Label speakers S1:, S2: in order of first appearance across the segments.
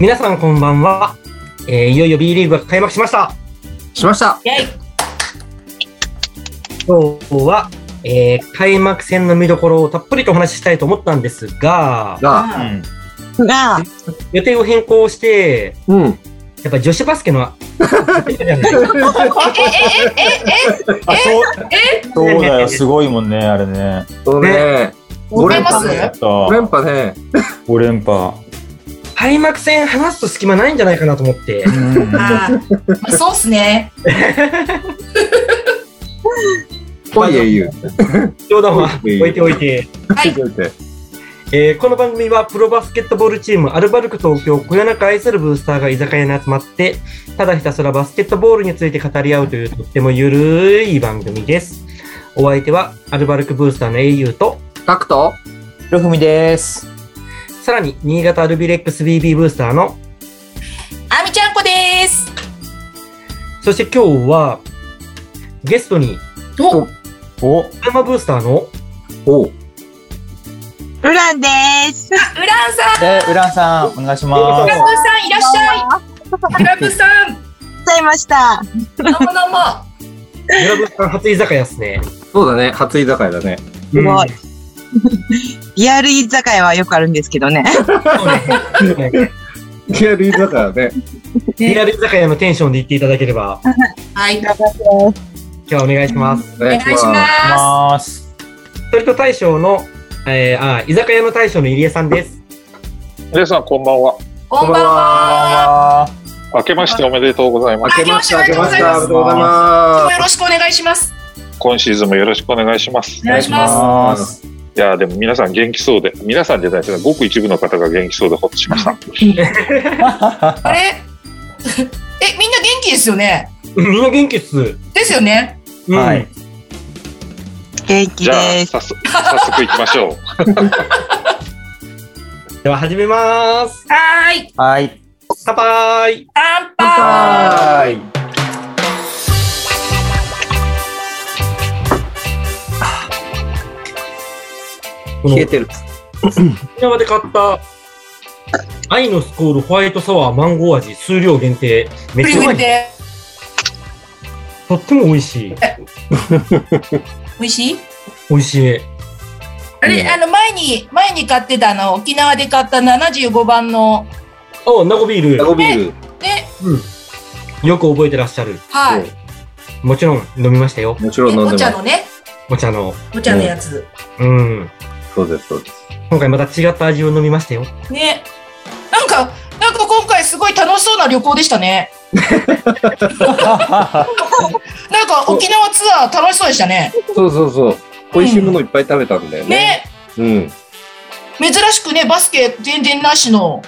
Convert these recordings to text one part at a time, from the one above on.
S1: 皆さんこんばんは、えーいよいよ B リーグが開幕しました
S2: しました
S3: イェイ
S1: 今日は、えー開幕戦の見どころをたっぷりとお話ししたいと思ったんですが
S2: が、
S4: が、
S1: 予定を変更して
S2: うん。
S1: やっぱ女子バスケの
S3: え、え、え、え、
S5: あ、そう、そうだよ、すごいもんね、あれね。
S2: そうね。
S3: ご
S2: 五
S3: ざい
S2: 連
S3: ます
S2: 覇
S5: や
S2: ね
S5: っ。た。
S2: 五連覇ね。
S5: 五連覇。
S1: 開幕戦話すと隙間ないんじゃないかなと思って
S5: うん
S3: あーそうっすね。
S2: ぽいえ言う。
S1: 冗談は
S2: うん
S1: 置いておいて、
S3: はい。
S1: えーこの番組はプロバスケットボールチームアルバルク東京小柳愛するブースターが居酒屋に集まってただひたすらバスケットボールについて語り合うというとってもゆるい番組ですお相手はアルバルクブースターの英雄と
S2: タクト
S5: ひろふみです。
S1: さらに新潟アルビレックス BB ブースターの
S3: あみちゃんこです。
S1: そして今日はゲストに
S3: お、
S5: お、
S1: 富山ブースターの
S2: おう。
S4: ウランです。
S3: ウランさん、
S5: で、うらんさん、お願いしま
S3: ウラン
S5: す。
S3: さんいらっしゃい。ウラブさん、
S4: ちゃいました。
S3: どうもどうも。
S1: グラブさん初居酒屋ですね。
S2: そうだね。初居酒屋だね。
S4: すごい。リアル居酒屋はよくあるんですけどね。
S1: そうね
S2: リアル居酒屋ね。
S1: リアル居酒屋のテンションで言っていただければ、
S3: はい、
S1: 今日はお願いします。
S2: お
S3: お願いしま
S5: ます。
S1: それと大将の、えー、あー、居酒屋の大将の入江さんです。
S6: 皆さんこんばんは。
S3: す。こんばんは。
S5: あ
S6: 明けましておめでとうございます。
S2: 明けまして、明けまして、
S3: あ
S2: ありがと
S3: り
S5: がとう
S2: う
S5: ご
S2: ご
S5: ざ
S2: ざ
S5: い
S2: い
S3: 今
S2: ま
S3: 日よろしくお願いします。
S6: 今シーズンもよろしくお願いします。
S3: お願いします。
S5: ます。
S6: いやーでも皆さん元気そうで、皆さんじゃないですね、ごく一部の方が元気そうでほっとしました。
S3: あれ、え、みんな元気ですよね。
S1: みんな元気っす。
S3: ですよね。
S1: うん
S5: はい。
S4: 元気
S6: じゃ
S4: で
S6: あ、
S4: す。
S6: 早速、早速行きましょう。
S1: では始めます。
S3: はーい、
S5: はい。
S1: 乾杯。
S3: 乾杯。
S5: はい。
S1: こ
S2: す。
S1: の
S2: 冷え
S1: 沖
S2: てる。
S1: 縄で買った愛のスコールホワイトサワーマンゴー味数量限定めっ
S3: プ
S1: ち
S3: リ
S1: ゃう
S3: ン
S1: ま
S3: グ
S1: い。
S3: で
S1: とっても美味しい。
S3: 美味しい。
S1: 美味しい。
S3: あれ、あの前に前に買ってたあの沖縄で買った75番の
S1: お、ナゴビール。
S2: ラゴビール。
S3: ね、
S1: よく覚えてらっしゃる。
S3: はい。
S1: もちろん飲みましたよ。
S2: もちろん飲んで
S3: お
S2: ます
S3: 茶。のね、
S1: お茶の。
S3: お茶のやつ。
S1: うん。
S2: そうです、そうです。
S1: 今回また違った味を飲みましたよ。
S3: ね。なんか、なんか今回すごい楽しそうな旅行でしたね。なんか沖縄ツアー楽しそうでしたね。
S2: そうそうそう。美味しいものいっぱい食べたんだよね。
S3: ね。
S2: うん。
S3: 珍しくね、バスケ全然なしの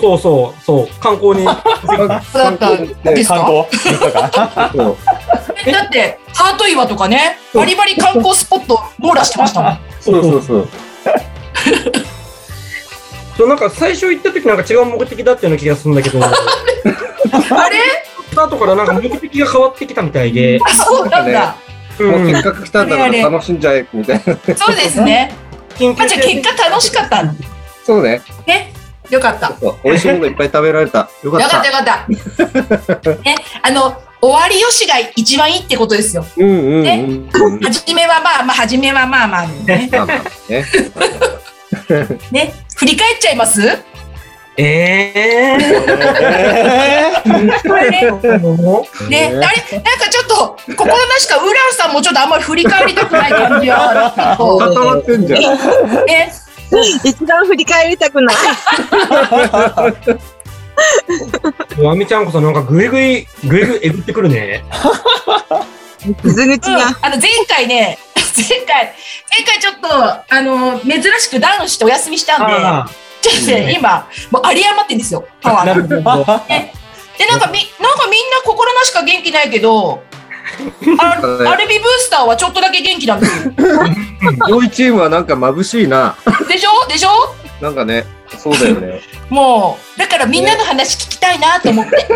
S1: そうそう、そう。観光 に。
S3: だったんです
S5: 観
S3: か、
S5: 光。
S2: そう
S3: えだって、ハート岩とかね、バリバリ観光スポット網羅してましたもん。
S2: そうそうそう。
S1: そう、なんか最初行った時なんか違う目的だったような気がするんだけ ど。あ
S3: れ
S1: 後からなんか目的が変わってきたみたいで。
S3: あ、そうなんだ。
S2: も
S1: う
S2: うんせっ。かく来たんだか
S3: あれあ
S2: ら
S3: れ
S2: 楽しんじゃえ、みたいな。
S3: そうですね。
S1: 緊
S3: あ、
S1: 急
S3: じゃあ結果楽しかった。
S2: そうね。
S3: ね。よかった。
S2: そう美味しいものいっぱい食べられた。よか
S3: よ
S2: っ
S3: かった
S2: た。
S3: よかった。 ね、あの、終わりよしが一番いいってことですよ。
S2: うんうん
S3: ね
S2: うんうん。
S3: 初めはまあまあ、初めはまあまあね。
S2: まあまあ ね。
S3: ね、振り返っちゃいます。
S1: え
S3: これ
S1: ー。
S3: ね、ね、あれ、なんかちょっと、ここのなしか、ウランさんもちょっとあんまり振り返りたくない感じはある
S2: 固まってんじゃん。
S3: けど。ね、
S4: 一番振り返りたくない。
S1: あみちゃんこそなんかぐいぐい、ぐいぐいえぐってくるね。
S4: 傷
S3: う
S4: 口
S3: ん、あ
S4: が。
S3: の前回ね、 前回、前回ちょっと、あの、珍しくダウンしてお休みしたんで。
S1: あ
S3: ちょっとね、今、もう有り余ってんですよ、パワ
S1: あ、
S3: ー
S1: な
S3: が。
S1: るほど。
S3: で、なんかみ、なんかみんな心なしか元気ないけど。 アルアルビブースターはちょっとだけ元気なんですよ。
S2: 上位チームはなんか眩しいな。
S3: でしょでしょ
S2: なんかね、そうだよね。
S3: もう、だからみんなの話聞きたいなと思って。
S1: し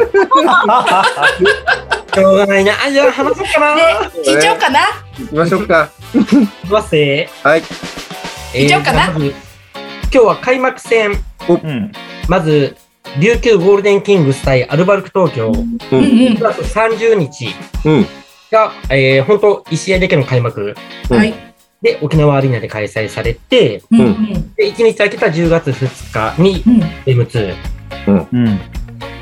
S1: ょうがないな。あ、じゃあ話そうかな。
S3: ね、聞いちゃおうかな。
S2: 行きましょうか。
S1: いきますね
S2: はい。
S3: いっちゃおうか
S1: え
S3: な
S1: ーまず今日は開幕戦、
S5: うん。
S1: まず、琉球ゴールデンキングス対アルバルク東京、
S3: うんうん。
S1: 9月30日
S2: うん。
S1: が、えー、本当1試合だけの開幕
S2: うん
S3: はい。
S1: で、沖縄アリーナで開催されて、
S3: うん
S2: ん
S3: うん。
S1: で、1日空けた10月2日に
S3: うん
S1: M2。
S5: うん。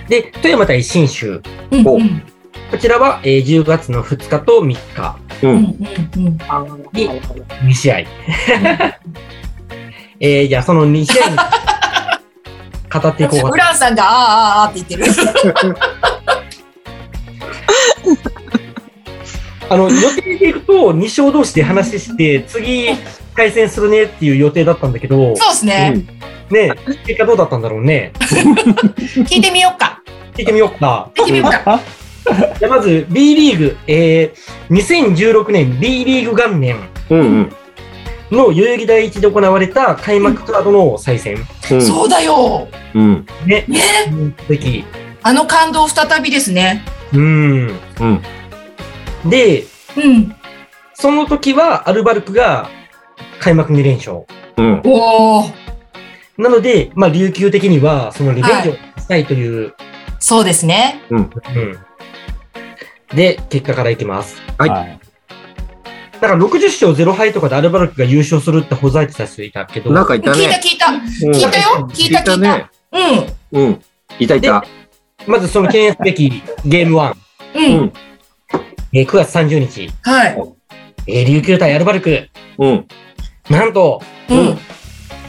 S1: で、富山対新州。
S3: うん
S2: お
S3: うん
S1: こちらは、えー、10月の2日と3日、
S2: う。
S3: うんんうん。
S1: 2試合。 えー、じゃあその2試合に語っていこうか
S3: ウランさんがあーあーあーって言ってる。
S1: あの、予定でいくと、2勝同士で話して、次、対戦するねっていう予定だったんだけど、
S3: そうですね。
S1: ね、結果どうだったんだろうね。
S3: 聞いてみようか。
S1: 聞いてみようか。
S3: 聞いてみようか。
S1: じゃあまず、B リーグ、えー、2016年 B リーグ元年
S2: うん。うん。
S1: の代々木第一で行われた開幕カードの再戦。
S2: うん。
S3: そうだよ。
S2: うん。
S1: ね、
S3: ね。
S1: 的。
S3: あの感動再びですね。
S1: うん。
S2: うん。
S1: で、
S3: うん。
S1: その時はアルバルクが開幕2連勝。
S2: うん。
S3: おお。
S1: なので、まあ、琉球的には、そのリベンジをしたいという、
S3: そうですね。
S1: うん。で、結果からいきます。
S2: はい
S5: はい。
S1: だから60勝0敗とかでアルバルクが優勝するってほざいてた人いたけど、
S2: なんかいた
S3: 聞いた
S2: ね。
S3: 聞いた。
S2: うん
S3: 聞いたよ。聞いた聞いた。。うん。
S2: うん。いたいた。
S1: まずその記念すべきゲーム1、
S3: う。
S2: うんん。
S1: えー9月30日、
S3: はい。
S1: えー琉球対アルバルク、
S2: うん。
S1: なんと
S3: うん。うん。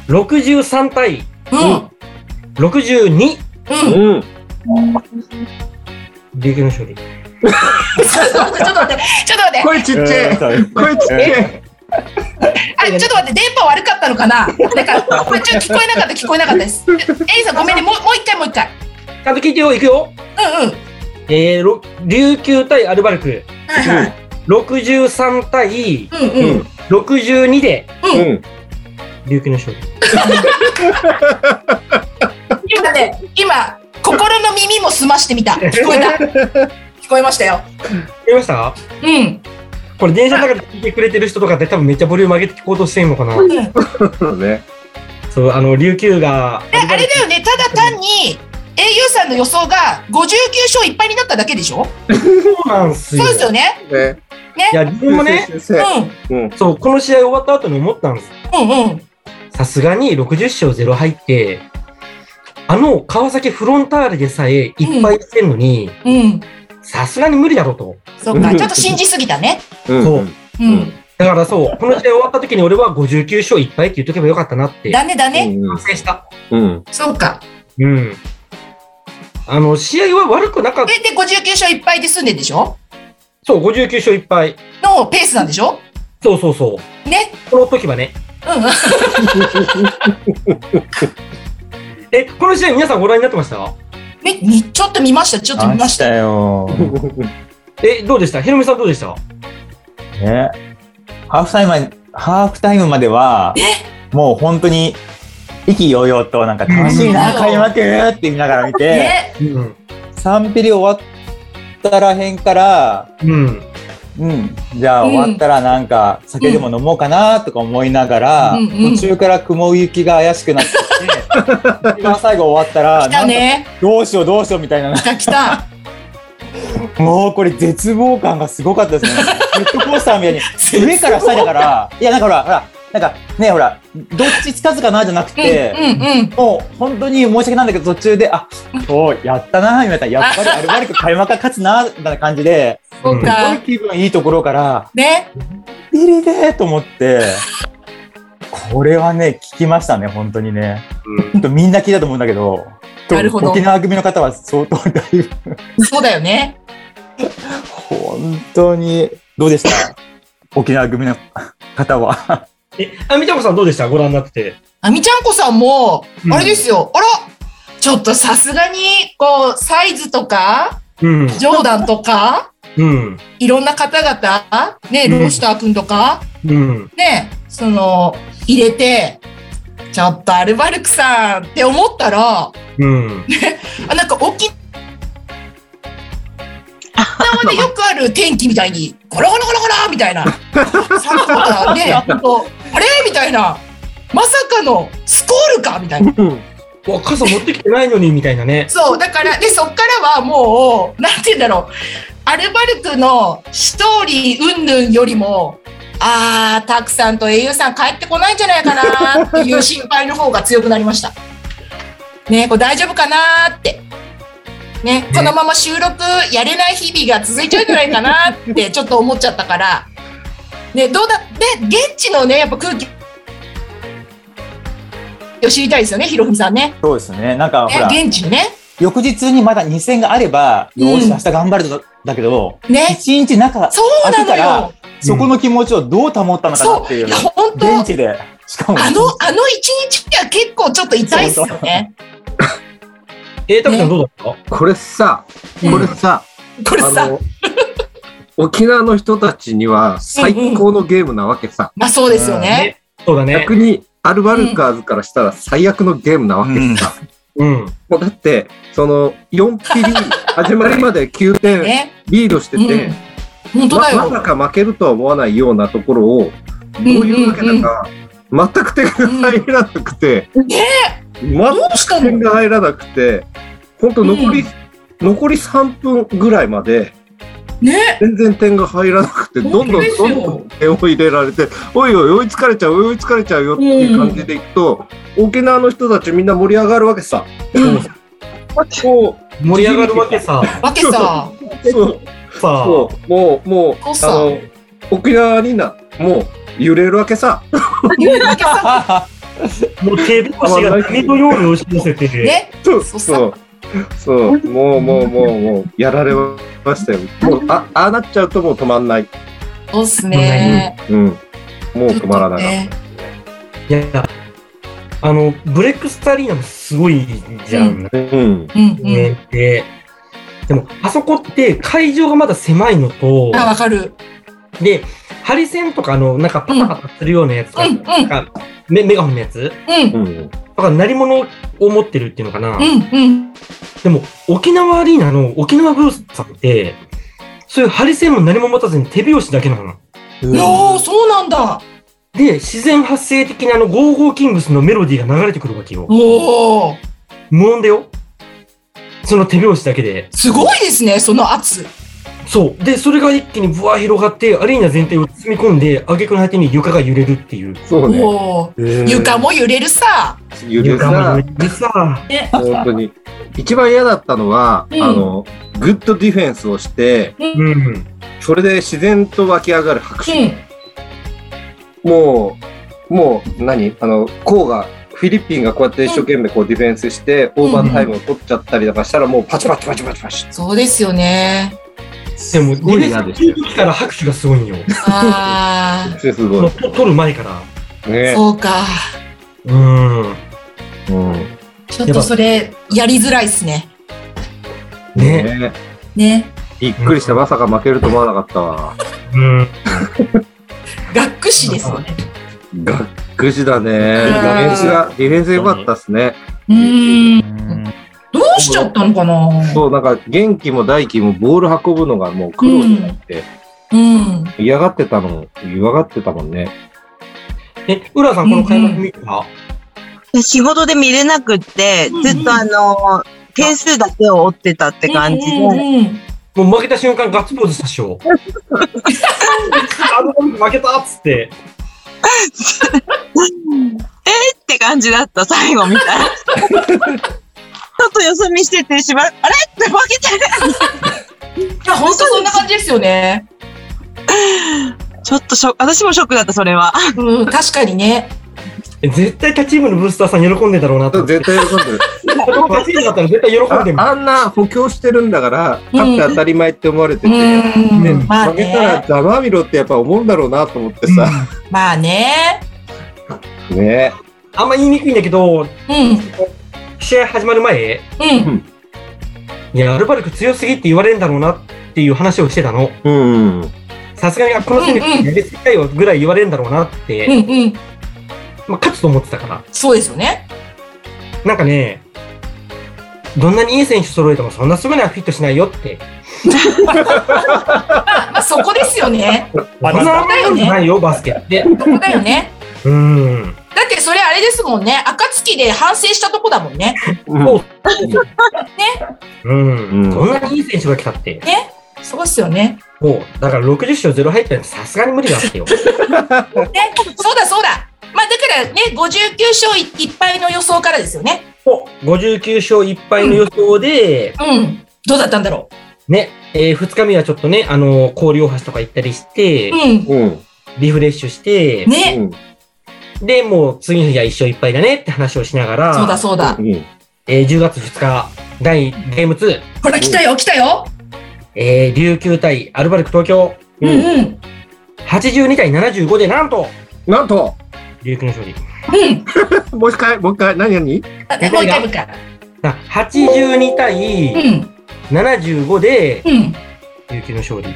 S1: 63対62、
S3: うん。
S2: うん。
S1: 琉球の勝利。
S3: ちょっと待って、ちょっと待って、ちょっと待って、
S2: 声ちっちゃい。声ちっちゃい。
S3: あれ、ちょっと待って、電波悪かったのかな。だから、これちょっと聞こえなかった、聞こえなかった です。えエリさん、ごめんね、もう、もう一回、もう一回。
S1: ちゃんと聞いてよ、いくよ。
S3: うん、うん。
S1: えーろ琉球対アルバルク、
S3: はい、はい。
S1: 63対
S3: うん、うん、うん。
S1: 62で
S2: うん。
S1: 琉球の勝利。
S3: 今ね、今、心の耳も澄ましてみた。聞こえた。聞こえましたよ。
S1: 見えました
S3: うん。
S1: これ電車の中で聞いてくれてる人とかって多分めっちゃボリューム上げて聞こうとしてんのかな。
S3: うん
S2: そうね。
S1: そう、あの、琉球が、
S3: え、あれだよね、ただ単に。au さんの予想が59勝いっぱいになっただけでしょ
S1: そうなんすよ。
S3: そうですよね。
S2: ね。
S1: いや、自分もね、
S2: 先
S3: う
S2: 生。
S3: ん。
S2: うん。
S1: そう、この試合終わった後に思ったんです。
S3: うんうん。
S1: さすがに60勝0入って、あの、川崎フロンターレでさえいっぱいしてんのに、
S3: うん。
S1: さすがに無理だろうと。
S3: そっか、ちょっと信じすぎたね。
S2: うん。
S3: うん。
S1: だからそう、この試合終わった時に俺は59勝いっぱいって言っとけばよかったなって、
S3: だねだね。
S2: うん
S1: 反省した。
S2: うん。
S3: そうか。
S1: うん。あの、試合は悪くなかった。
S3: で、で、59勝いっぱいで済んでんでしょ
S1: そう、59勝いっぱい。
S3: のペースなんでしょ
S1: そうそうそう。
S3: ね。
S1: この時はね。
S3: うん。
S1: え、この試合皆さんご覧になってました
S3: み、み、ちょっと見ました、ちょっと見
S5: ま
S3: まし。
S5: したたよ。
S1: え、どうでしたヒロミさんどうでした
S5: ね。ハーフタイムまで、ハーフタイムまでは、もう本当に、意気揚々と、なんか楽しいな、
S3: うん
S5: 開幕って言いながら見て、
S3: ね。
S1: うん。
S5: 3ピリ終わったらへんから、
S1: うん。
S5: うん、じゃあ
S3: うん
S5: 終わったらなんか酒でも飲もうかなとか思いながら、
S3: うんうん
S5: 途中から雲行きが怪しくなってきて 一番最後終わったら
S3: 来た
S5: なんか
S3: ね。
S5: どうしようどうしようみたいな
S3: 来た来た。
S5: もうこれ絶望感がすごかったですねジェットコースターみたいに上から下だからいやなんかほらほらなんかねほらどっちつかずかなじゃなく
S3: うん
S5: て、
S3: うんうん。
S5: もう本当に申し訳ないんだけど途中であおやったなみたいなやっぱりアルバルク開幕が勝つなみたいな感じで
S3: そう
S5: すごい
S3: か。
S5: 気分いいところから
S3: ね。
S5: ビリでーと思って、これはね、聞きましたね、本当にね。本当みんな聞いたと思うんだけど、
S3: なるほど
S5: 沖縄組の方は相当だいぶ、
S3: そうだよね。
S5: 本当に、どうでした沖縄組の方は。
S1: え、あみちゃこさんどうでしたご覧になってて。
S3: あみちゃんこさんも
S1: う、ん
S3: あれですよ。あらちょっとさすがに、こう、サイズとか、
S1: うん。
S3: 冗談とか、
S1: うん。
S3: いろんな方々、ね、ロースター君とか、
S1: うん。
S3: ね、その、入れて、ちょっとアルバルクさんって思ったら、
S1: うん。
S3: あなんか沖縄でよくある天気みたいに、ゴロゴロゴロゴロみたいな、寒かったね、ほんとあれみたいな、まさかのスコールかみたいな、
S1: わ傘持ってきてないのにみたいなね。
S3: そう、だから、で、そっからはもう、なんて言うんだろう。アルバルクのストーリー云々よりも、あー、たくさんと英雄さん帰ってこないんじゃないかなっていう心配の方が強くなりました。ね、これ大丈夫かなって。ね、このまま収録やれない日々が続いちゃうんじゃないかなっ てちょっと思っちゃったから。ね、どうだ、で、現地のね、やっぱ空気を知りたいですよね、ひろふみさんね。
S5: そうですね。なんか、ほら、
S3: ね現地にね。
S5: 翌日にまだ2戦があれば、
S3: うん
S5: よーし、明日頑張るぞだけど、
S3: ね。
S5: 一日中、
S3: そうなの
S5: 開けたら
S3: よ。
S5: そこの気持ちをどう保ったのかなっていう
S3: いや、本当、
S5: 現地で、しかも、
S3: あの、あの一日は結構ちょっと痛いっすよね。
S1: えー、たくさんどうだった、
S2: これさ、これさ、
S3: これ
S2: あ
S3: さ、
S2: の、沖縄の人たちには最高のゲームなわけさ。
S3: まあそうですよね。
S1: そうだね
S2: 逆。に、アルバルカーズからしたら最悪のゲームなわけさ。
S1: うん。
S2: もうだって、その、4ピリ始まりまで9点
S3: ね。
S2: リードして
S3: うん
S2: て、。
S3: 本当だ
S2: ままさ
S3: よ。
S2: か負けるとは思わないようなところを、どういうわけだか、全く点が入らなくて、
S3: ね
S2: 全
S3: どうした
S2: く点
S3: の
S2: が入らなくて、本当残り、
S3: うん
S2: 残り3分ぐらいまで、
S3: ね。
S2: 全然点が入らなくて、どんど
S3: 本当で
S2: ん
S3: すよ
S2: どんどん点を入れられて、おいおい追いつかれちゃう、追いつかれちゃうよっていう感じでいくと、沖縄の人たちみんな盛り上がるわけさ。こ
S1: 盛り上がるわけさ。
S3: わけさ、
S2: う、そう。
S1: さあ。
S2: そう、もう、もう、
S3: こうさ
S2: あの、沖縄アリーナ、もう、揺れるわけさ。
S3: 言うわけさ、
S1: もう手拍子が波のように押し寄せてる。
S3: ね。
S2: そう、
S3: そう
S2: そう、そう、もう、もう、もう、もう、やられましたよ。もう、あ、ああなっちゃうと、もう止まんない。
S3: そうっすね。
S2: うん、もう止まらな
S3: ち
S2: い。
S3: ょっとね
S1: いや、あの、ブレックスタリーナもすごいじゃん。
S2: うん、
S3: うんうん。
S1: ねで、でも、あそこって会場がまだ狭いのと、
S3: あ、わかる。
S1: で、ハリセンとかの、なんかパタパタするようなやつ
S3: う
S1: が、
S3: んうん
S1: なんかメメガホンのやつ
S3: うん。
S2: うん、
S1: とか、鳴り物を持ってるっていうのかな。
S3: うんうん。
S1: でも、沖縄アリーナの沖縄ブースさんって、そういうハリセンも何も持たずに手拍子だけなの。
S3: いやー、そうなんだ。
S1: で、自然発生的なあの、ゴーゴーキングスのメロディーが流れてくるわけよ。
S3: おお。
S1: 無音だよ。その手拍子だけで。
S3: すごいですね、その圧。
S1: そう。で、それが一気にぶわー広がって、アリーナ全体を包み込んで、挙句の果てに床が揺れるっていう。
S2: そうね。
S3: おお。
S5: うん
S3: 床も揺れるさ。
S2: 揺れ
S1: 床が
S2: さ
S1: 揺、れるさ。
S2: 本当に。一番嫌だったのは、
S3: うん
S2: あの、グッドディフェンスをして、
S1: うん。
S2: それで自然と湧き上がる拍
S3: う
S2: 手。
S3: ん。
S2: もう、もう何、あの、こうが、フィリピンがこうやって一生懸命こうディフェンスして、
S3: ん
S2: オーバータイムを取っちゃったりとかしたら、もうパチパチパチパチパチ。
S3: そうですよね。
S1: でも、
S2: すごい
S1: リ
S2: 嫌
S1: ー
S2: で
S1: ス
S2: したよ
S1: 時から拍手がすごいんよ。
S3: ああ。
S2: す
S1: そ
S2: ご
S1: の
S2: い。
S1: と撮る前から。
S2: ね。
S3: そうか。
S1: うん。
S2: うん。
S3: ちょっとそれやりづらいですね。
S1: ね
S2: ね。
S3: ね。
S2: びっくりした。まさか負けると思わなかったわ。
S1: うん。
S3: 学士ですよね。
S2: がっくしだね。デ
S3: ん
S2: ィフェンスが、ディフェンス良かったっすね。
S3: うーん。どうしちゃったのかな。
S2: そう、なんか、元気も大気もボール運ぶのがもう苦労になって、
S3: うん。
S2: 嫌がってたの、嫌がってたもんね。
S1: え、浦さん、この開幕見た
S4: で仕事で見れなくって、
S3: うんうん
S4: ずっとあの、点数だけを追ってたって感じ
S3: うん
S4: で、
S3: うんうん
S1: もう負けた瞬間ガッツポーズしたっしょ。あの負けたっつって。
S4: って感じだった、最後みたい な。ちょっとよそ見してて、しばらく、あれって負けてる
S3: いや、本当そんな感じですよね。
S4: ちょっとショック、私もショックだった、それ は。
S3: うん、確かにね。
S1: え絶対他チームのブースターさん喜んでんだろうなと思って。
S2: 絶対喜んでる。
S1: 他チームだったら絶対喜んでる
S2: ああんな補強してるんだから、
S3: う
S2: 勝
S3: ん
S2: って当たり前って思われて
S3: う
S2: て、
S3: ん。
S1: ね
S3: まあ
S2: 負けたら
S3: ね。
S2: ざまみろってやっぱ思うんだろうなと思ってさ、
S3: まあね。
S2: ね
S1: あんま言いにくいんだけど、
S3: うん。
S1: 試合始まる前、
S3: うん。
S1: いや、アルバルク強すぎって言われるんだろうなっていう話をしてたの。
S2: うん
S1: さすがに、あこの戦
S3: うんう
S1: 略
S3: ん
S1: やりすぎだよぐらい言われるんだろうなって、
S3: うん。うん。
S1: まあ、勝つと思ってたから。
S3: そうですよね。
S1: なんかね、どんなにいい選手揃えてもそんなすぐにはフィットしないよって。
S3: まあ、そこですよね。
S1: そんな甘いもんじゃないよ、バスケって。
S3: そこだよね。
S1: うん。
S3: だって、それあれですもんね。赤津きで反省したとこだもんね。
S2: うん
S1: うん。
S2: うん
S1: こんなにいい選手が来たって。
S3: そうっすよね。
S1: もう、だから60勝0敗ってのはさすがに無理だってよ。
S3: ね、そうだそうだ。まあだからね、59勝1敗の予想からですよね。
S1: お59勝1敗の予想で、
S3: うん。どうだったんだろ
S1: ね、え2日目はちょっとね、あの、氷大橋とか行ったりして
S3: う。う、ん。
S2: うん。
S1: リフレッシュして、
S3: ね。
S1: で、もう次の日は1勝1敗だねって話をしながら、
S3: そうだそうだ。
S2: うん。
S1: えー10月2日、第ゲーム2、
S3: ほら、来たよ、来たよ。
S1: えー琉球対アルバルク東京、
S3: うんうん。うん。
S1: 82対75でなんと、
S2: なんと、
S1: 琉球の勝利。
S2: もう一回、もう一回、何何
S3: あもう一回、もう一回。
S1: だ82
S3: う
S1: 対
S3: ん。
S1: 75で、
S3: うん。
S1: 琉球の勝利。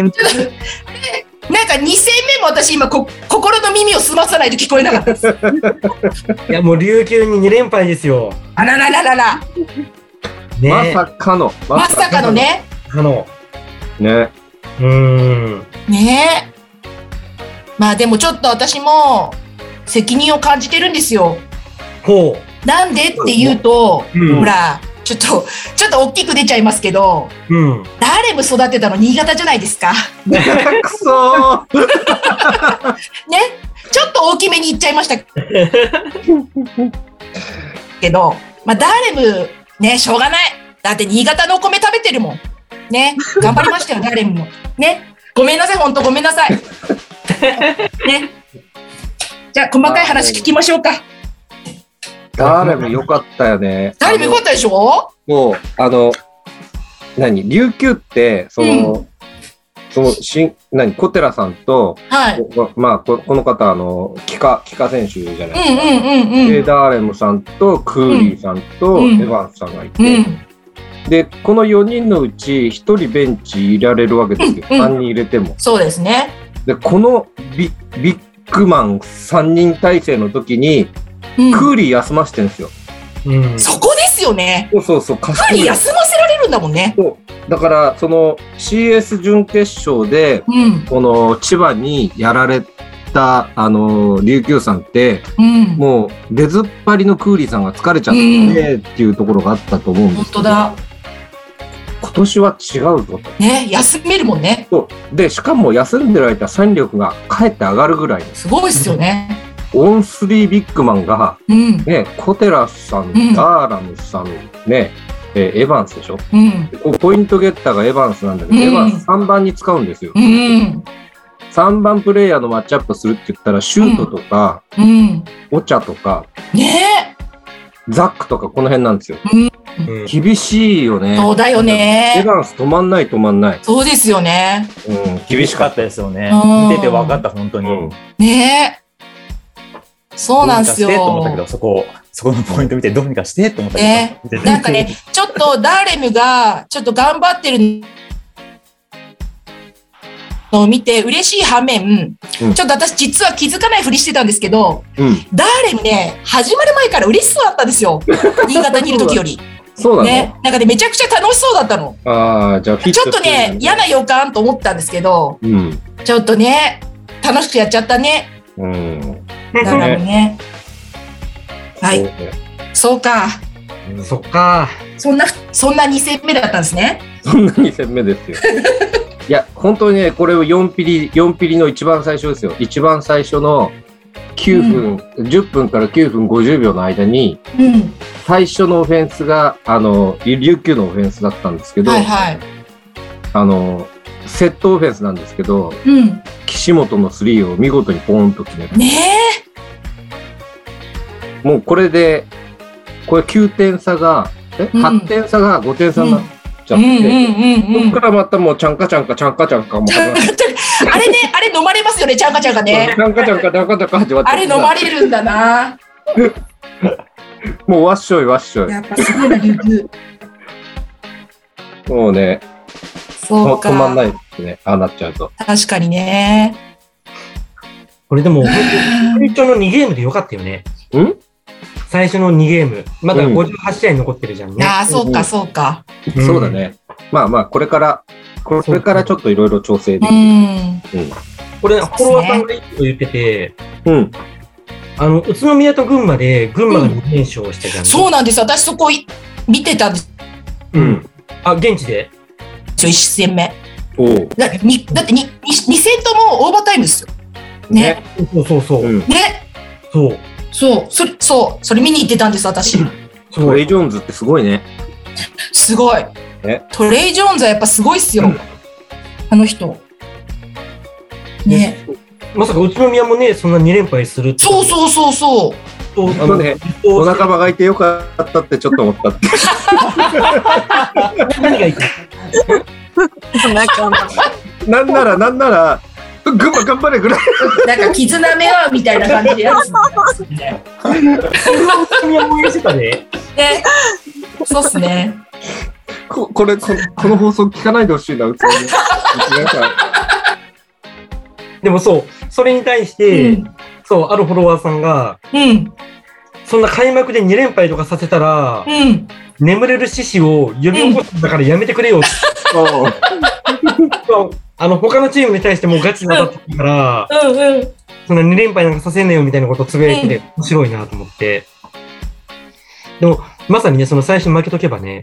S3: なんか2戦目も私今こ、心の耳を澄まさないと聞こえなかったです。
S1: いや、もう琉球に2連敗ですよ。
S3: あららららら。
S1: ね、
S2: まさかの。
S3: まさかの。ね。
S1: あの、
S2: ね。
S1: うーん。
S3: ねえ。まあでもちょっと私も責任を感じてるんですよ。
S1: ほ
S3: なんでっていうと、
S1: う。うん
S3: ほ。ら、ちょっと、ちょっと大きく出ちゃいますけど、
S1: うん。
S3: 誰も育てたの新潟じゃないですか。
S2: くそー。
S3: ね。ちょっと大きめに言っちゃいま したけど、まあ誰もね、しょうがない。だって新潟のお米食べてるもん。ね。頑張りましたよ、誰も。ね。ごめんなさい、ほんとごめん なさい。ね。じゃあ、細かい話聞きましょうか。
S2: 誰も良かったよね。
S3: 誰も良かったでしょ
S2: もう、あの、何、琉球って、その、その、しん、何、小寺さんと、
S3: はい。
S2: こまあ、ここの方、あの、キカ、キカ選手じゃないですか。
S3: うんうんうんう
S2: で
S3: ん。
S2: ダーレムさんとクーリーさんと
S3: う
S2: エ
S3: ん
S2: ヴァンスさんがいて、
S3: うん。
S2: でこの4人のうち1人ベンチいられるわけですよ、
S3: うんうん
S2: 3人入れても
S3: そうですね。
S2: でこのビビッグマン3人体制の時に
S3: うん
S2: クーリー休ましてるんですよ、
S1: うん。
S3: そこですよね。
S2: そうそうそう
S3: クー
S2: 賢
S3: リー
S2: い
S3: 休ませられるんだもんね。
S2: そうだからその CS 準決勝で
S3: うん。
S2: この千葉にやられたあの琉球さんって
S3: うん。
S2: もう出ずっぱりのクーリーさんが疲れちゃってっていうところがあったと思うんです
S3: 本
S2: けど、
S3: 当だ。
S2: 今年は違うぞと。
S3: ね。休めるもんね。
S2: そうでしかも休んでる間戦力がかえって上がるぐらいです
S3: すごいですよね。
S2: オンスリービッグマンが、
S3: うん。
S2: ね、小寺さん、
S3: うん
S2: ダーラムさん、ねえーエヴァンスでしょ
S3: うん。
S2: こうポイントゲッターがエヴァンスなんだけど、
S3: うん
S2: エヴァンス3番に使うんですよ、
S3: うん。
S2: 3番プレイヤーのマッチアップするって言ったらシュートとか、
S3: うん。
S2: お茶とか
S3: ね
S2: ザックとかこの辺なんですよ
S1: うん
S2: 厳しいよね
S3: そうだよ
S2: エ
S3: ね
S2: ヴ。ァンス止まんない止まんない、
S3: そうですよね。
S2: うん、
S5: 厳しかったですよね
S3: うん。
S5: 見てて分かった、本当に。
S2: うん
S3: ねそうなんですよ。
S5: どうにかしてと思ったけど、そこ、そこのポイント見て、どうにかしてと思ったけど。
S3: ね
S5: 見てて
S3: なんかね、ちょっとダーレムがちょっと頑張ってるのを見て嬉しい反面、
S2: うん
S3: ちょっと私実は気づかないふりしてたんですけど、
S2: うん
S3: ダーレムね、始まる前から嬉しそうだったんで すよ。新潟にいる時より。
S2: そうなの、
S3: ね。なんかね、めちゃくちゃ楽しそうだっ たの。
S2: ああじゃあフィッ
S3: ち
S2: ト
S3: ょっと
S2: してる
S3: ね、嫌な予感と思ったんですけど、
S2: うん
S3: ちょっとね、楽しくやっちゃったね。
S2: うん
S3: ダーレムね。はい、そうか。
S1: そっか。
S3: そんな、そんな2戦目だったんですね。
S2: そんな2戦目です よ。いや、本当にね、これを4ピリ、4ピリの一番最初ですよ。一番最初の9分、10分から9分50秒の間に、
S3: うん。
S2: 最初のオフェンスが、あの、琉球のオフェンスだったんですけど、
S3: はいはい。
S2: あの、セットオフェンスなんですけど、
S3: うん。
S2: 岸本のスリーを見事にポーンと決める。
S3: ね
S2: もうこれで、これ9点差が、え、
S3: うん
S2: 8点差が5点
S3: え。
S2: 差になっちゃ
S3: う
S2: っ
S3: んうん
S2: て、
S3: うんうん
S2: そっからまたもうちゃんかちゃんかちゃんかちゃんかもう
S3: ちゃんかちゃん あれね、あれ飲まれますよね、ちゃんかちゃん かね。
S2: なんかちゃんかなんかちゃんか始まって
S3: あれ飲まれるんだな。
S2: もうわっしょいわっしょい。
S3: やっぱすごいな、琉 球。
S2: もうね、
S3: そう
S2: と
S3: か。
S2: 止まんないですね。ああなっちゃうと。
S3: 確かにね。
S1: これでも、 最初の2ゲームでよかったよね。
S2: ん
S1: 最初の2ゲーム。まだ
S2: うん
S1: 58試合残ってるじゃんね。
S3: ああ、そうか、そうか。
S1: ん
S2: そうだ。ね。まあまあ、これから、これからちょっといろいろ調整
S3: う
S2: できる。
S3: ん。
S2: うん
S1: これ、フォロワーさんがいいこと言ってて、
S2: うん。
S1: あの、宇都宮と群馬で、群馬が2連勝したじゃん。
S3: そうなんです。私そこい見てたんです
S2: うん。
S1: あ、現地で
S3: よ、1戦目。
S2: おう。
S3: だってにだってにに2戦ともオーバータイムですよ。ね。
S1: そうそうそう。
S2: うん。
S3: ね。
S1: そう。
S3: そう、それ、そう、それ見に行ってたんです、私。
S1: そ
S2: ト
S1: う
S2: レイ・ジョーンズってすごいね。
S3: すごい
S2: ね。
S3: トレイ・ジョーンズはやっぱすごいっすよ。あの人。ね。
S1: まさか宇都宮もね、そんな2連敗するって
S3: そうそうそうそう。
S1: そう
S2: あのね、お仲間がいてよかったってちょっと思ったって。
S1: 何がいいか
S4: 仲間。
S2: なんなら、なんなら、群馬頑張れぐらい。
S3: なんか絆め合うみたいな感じでやるっすね。
S1: 宇都宮も応援してたね。
S3: ね。そうっすね。
S2: ここれこ、この放送聞かないでほしいな、うち に。なんか、
S1: でもそう、それに対し
S3: う
S1: て、
S3: ん。
S1: そう、あるフォロワーさんが、
S3: うん。
S1: そんな開幕で2連敗とかさせたら、
S3: うん。
S1: 眠れる獅子を呼び起こすんだからやめてく れよって、
S2: おう
S1: あの、他のチームに対してもうガチなだったから、
S3: うんうん。
S1: そんな2連敗なんかさせねえよみたいなことつぶやいてて、面白いなと思って。でも、まさにね、その最初に負けとけばね、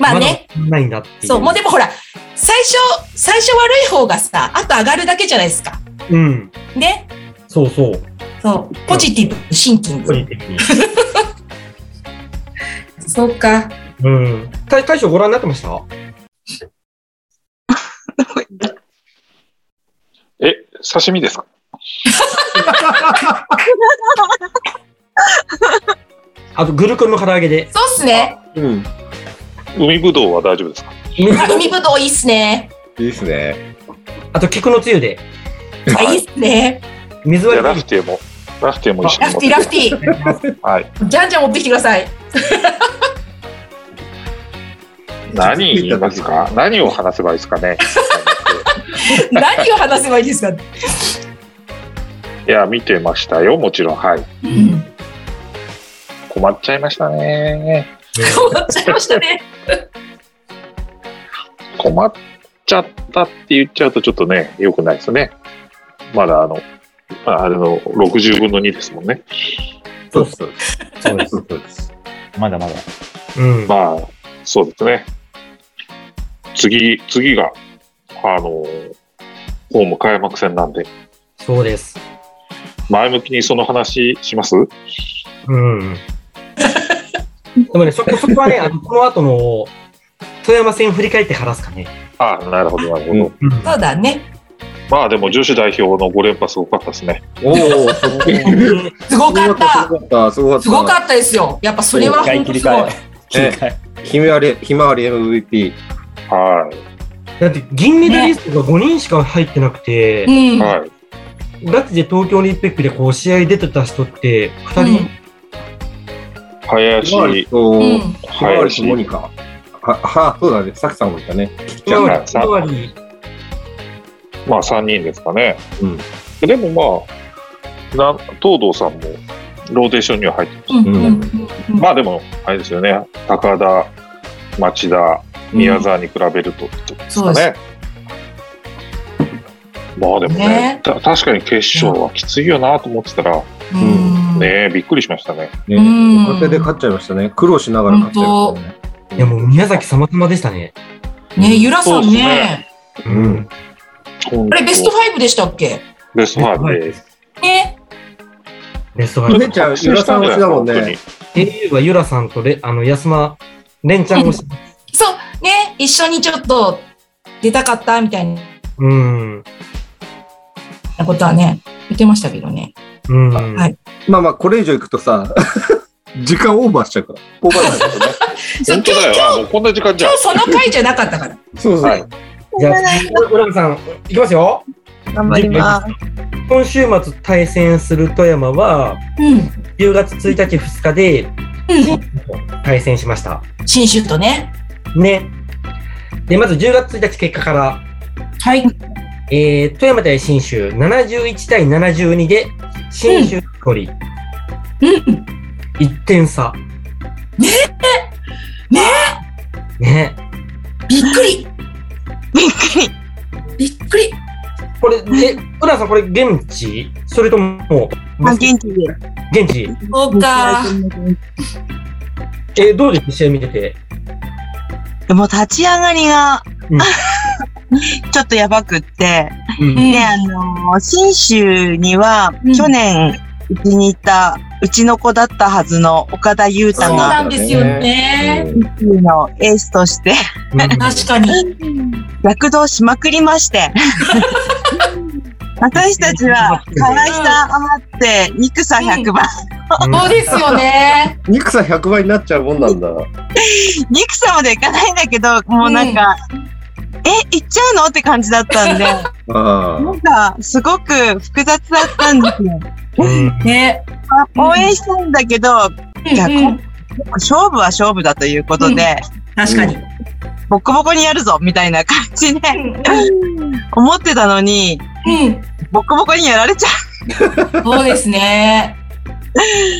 S3: まあね。。
S1: ないんだっていう。
S3: そう、もうでもほら、最初、最初悪い方がさ、あと上がるだけじゃないですか。
S1: うん。
S3: ね。
S1: そうそう。
S3: そう。ポジティブ、シンキン
S1: 個
S3: グ。
S1: 人的に。
S3: そうか。
S1: うん。大大将ご覧になってました
S6: え、刺身ですか
S1: あと、グルクンの唐揚げで。
S3: そうっすね。
S2: うん。
S6: 海ぶどうは大丈夫ですか
S3: あ海ぶどういいっすね。
S2: いいですね。
S1: あと、菊のつゆで。
S3: あいいっすね。
S1: 水
S6: いや、
S1: 割
S6: ラ
S1: り
S6: フ。ティーも、ラフティーも一緒
S3: ラ
S6: に
S3: フ
S6: 持
S3: テ
S6: っ
S3: ィ
S6: て
S3: ー、
S6: き
S3: ラ
S6: て
S3: フティー。
S6: はい。
S3: じゃんじゃん持ってきてください。
S6: 何言いますか何を話せばいいですかね
S3: 何を話せばいいですか。う
S6: いや、見てましたよ、もちろん。はい。
S3: ん。
S6: 困っちゃいましたね。
S3: 困っちゃいましたね。
S6: 困っちゃったって言っちゃうとちょっとね、良くないですね。まだあの、まああれの60分の2ですもんね。
S2: そうです。そうです。そうですそうです。
S5: まだまだ。
S1: うん。
S6: まあ、そうですね。次、次が、あの、ホーム開幕戦なんで、
S1: そうです。
S6: 前向きにその話します
S1: うん。でもね、そこ、そこはね、あのこの後の、富山戦振り返って話すかね。
S6: ああ、なるほど、なるほど。
S2: うん
S1: うん。
S3: そうだね。
S6: まあでも女子代表の5連覇すごかったですね。
S2: おお、すご
S3: すごかっ
S2: か
S3: た。
S2: った。すごかった。
S3: すごかったですよ。やっぱそれは
S5: 切り替え
S3: 本当すごい。
S5: 切り替え。
S2: ひまわり、ひまわり MVP。
S6: はい。
S1: だって、銀メダリストが5人しか入ってなくて、
S3: うん。
S6: はい。
S1: ガチで東京オリンピックでこう、試合出てた人って、2人、
S2: ひまわり
S6: 林、
S2: と、
S3: うん。う
S2: ひ
S3: ん。
S2: まわり
S6: 林
S2: と、モニカ。は、は、そうだね。さきさんもいたね。
S1: ひまわり、ひ
S6: じゃあ
S1: まわり、
S6: まあ3人ですかね。
S2: うん
S6: でもまあ、な東堂さんもローテーションには入ってます。
S3: うん。
S2: うん
S3: うん
S6: まあでも、あれですよね。高田、町田、宮沢に比べると、です
S3: そうで
S6: か
S3: す。
S6: ね。まあでもね
S3: ね
S6: た確かに決勝はきついよなと思ってたら、
S3: うん。
S6: ねえびっくりしましたね。
S2: ね
S3: うん
S2: 若手で勝っちゃいましたね。苦労しながら勝っちゃいましたね。
S1: いやもう宮崎様々でしたね。
S3: ね、ゆら
S6: そ
S3: さ
S6: うんで
S3: ね
S6: すね。
S2: うん。
S6: 本
S3: あ
S6: 当
S3: れ、ベスト5でしたっけ
S6: ベスト5で。
S3: ね。
S1: レストラ
S2: お
S1: ン
S2: 姉ちゃん、浦さん推しだもんね。
S1: au はゆらさんとレあの安間蓮ちゃんをし、
S3: そう。ね。一緒にちょっと出たかったみたい
S1: うん、
S3: なことはね、言ってましたけどね。
S1: うん、
S3: はい
S2: まあまあ、これ以上行くとさ、 時間オーバーしちゃうから。オーバーになっちゃうね。
S3: そう
S6: 本
S3: 今日、
S6: 当だ
S3: 今
S6: よ。あもうこんな時間じゃん
S3: 日。その回じゃなかったから。
S2: そうそ
S6: は
S2: う
S6: い。
S1: じゃあ、浦部さん、いきますよ。
S4: 頑張ります。
S1: 今週末対戦する富山は、
S3: うん。
S1: 10月1日、2日で
S3: う
S1: 対戦しました。
S3: ん。新州とね。
S1: ね。で、まず10月1日結果から、
S3: はい。
S1: えー、富山対信州71対72で、信州より
S3: うん。
S1: 1点差。
S3: ねえね
S1: ね
S3: びっくり。
S4: びっくり。
S3: びっくり。
S1: これ、え、浦さん、これ、現地それとも、
S4: まあ、現地で。
S1: 現地
S3: そうか。
S1: えーどうです試合見てて。
S4: もう立ち上がりが、
S1: うん
S4: ちょっとやばくって。
S1: うん。
S4: で、あのー信州には、
S3: うん
S4: 去年、うちにいた、うちの子だったはずの岡田優
S3: そう
S4: 太が、
S3: なんですよね。
S2: うん
S4: 信州のエースとして、
S3: 確かに。
S4: 躍動しまくりまして。私たちは、可愛さ余って、憎さ100倍。
S3: そうですよね。
S2: 肉さ100倍になっちゃうもんなんだ。
S4: 憎さまでいかないんだけど、もうなんか、え、行っちゃうのって感じだったんで、
S2: あ
S4: なんか、すごく複雑だったんですよ。
S1: うん
S3: ね。
S4: 応援したんだけど、じゃあ
S3: うんうん
S4: 勝負は勝負だということで、
S3: 確かに。
S4: ボコボコにやるぞみたいな感じで、思ってたのに、
S3: う
S4: ボコボコにやられちゃ
S3: ん。そうですね。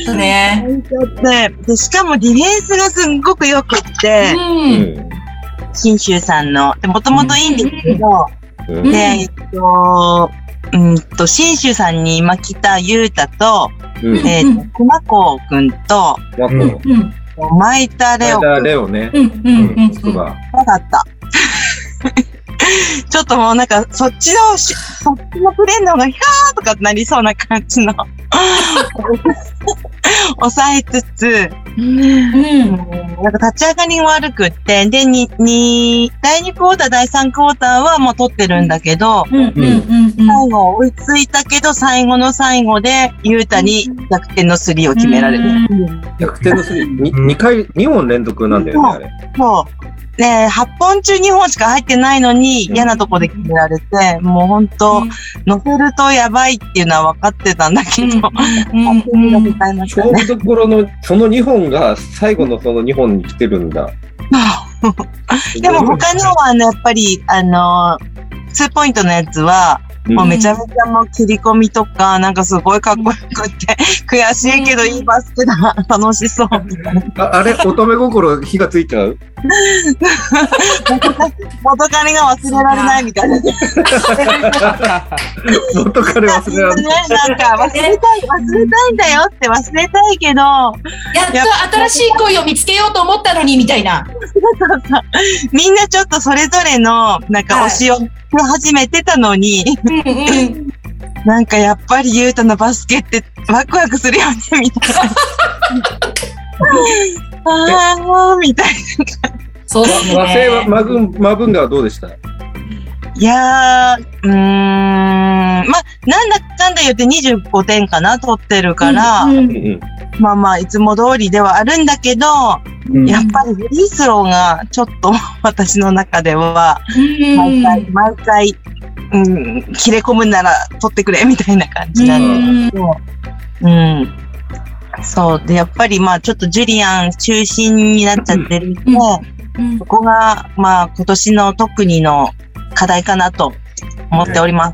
S3: そうね。
S4: って、でしかもディフェンスがすんごく良くって、
S2: あ。
S3: うん。
S4: 信州さんの、もともといいんですけど、
S2: うん
S3: うん
S4: で、えっと、うんと、信州さんに今来たゆうたと、
S2: うん
S3: うん
S4: えっ、と、熊子くんと、
S2: マ
S1: う
S2: コ。
S3: うん。
S4: マイタレオくん
S2: 間レオね。
S3: うん。うん。うん。
S2: つくば。
S4: なかった。 ちょっともうなんか、そっちのし、そっちのプレーの方が、ひゃーとかなりそうな感じの。 抑えつつ、
S3: うん。
S4: なんか立ち上がり悪くって、で、に、に、第2クォーター、第3クォーターはもう取ってるんだけど、
S3: うん。うん。うん。
S4: 最後追いついたけど、最後の最後で、ゆうたに逆転のスリーを決められる。
S2: 逆転のスリー、に二回、二本連続なんだよね、あれ。
S4: そう。ね8本中2本しか入ってないのに
S2: うん
S4: 嫌なとこで決められて、もう本当、
S3: うん
S4: 乗せるとやばいっていうのは分かってたんだけど、
S3: うん
S4: あっという間に迎えました
S2: 勝
S4: ね。
S2: 負どころの、その2本が最後のその2本に来てるんだ。
S4: でも他のはあのやっぱり、あのー、ツーポイントのやつ
S2: う
S4: は、
S2: ん
S4: もうめちゃめちゃもう切り込みとか、なんかすごいかっこよく て、悔しいけどいいバスケだ、楽しそうみたいな。
S2: ああれ、乙女心火がついちゃう
S4: 元カレが忘れられないみたいな。
S2: 元彼 忘れられ
S4: ね
S2: ない。、
S4: なんか忘れたい、忘れたいんだよって忘れたいけど、
S3: やっと新しい恋を見つけようと思ったのにみたいな。
S4: みんなちょっとそれぞれの、なんか
S3: はい
S4: 推しを始めてたのに、
S3: うんうん。
S4: なんかやっぱりゆうたのバスケってワクワクするよね、みたい な。あーもう、みたいな。
S3: そうです
S2: 和製は、
S3: ね。
S2: マグン、マグンガはどうでした
S4: いやー、うーん、まあ、なんだかんだ言って25点かな、取ってるから、
S3: うん
S2: ん。
S4: まあまあ、いつも通りではあるんだけど、
S1: うん
S4: やっぱりフリースローがちょっと 私の中では、毎回、毎回、うん、切れ込むなら取ってくれみたいな感じなんで、うん。そう。で、やっぱりまあちょっとジュリアン中心になっちゃってるんで、
S3: うん
S4: そこがまあ今年の特にの課題かなと思っております。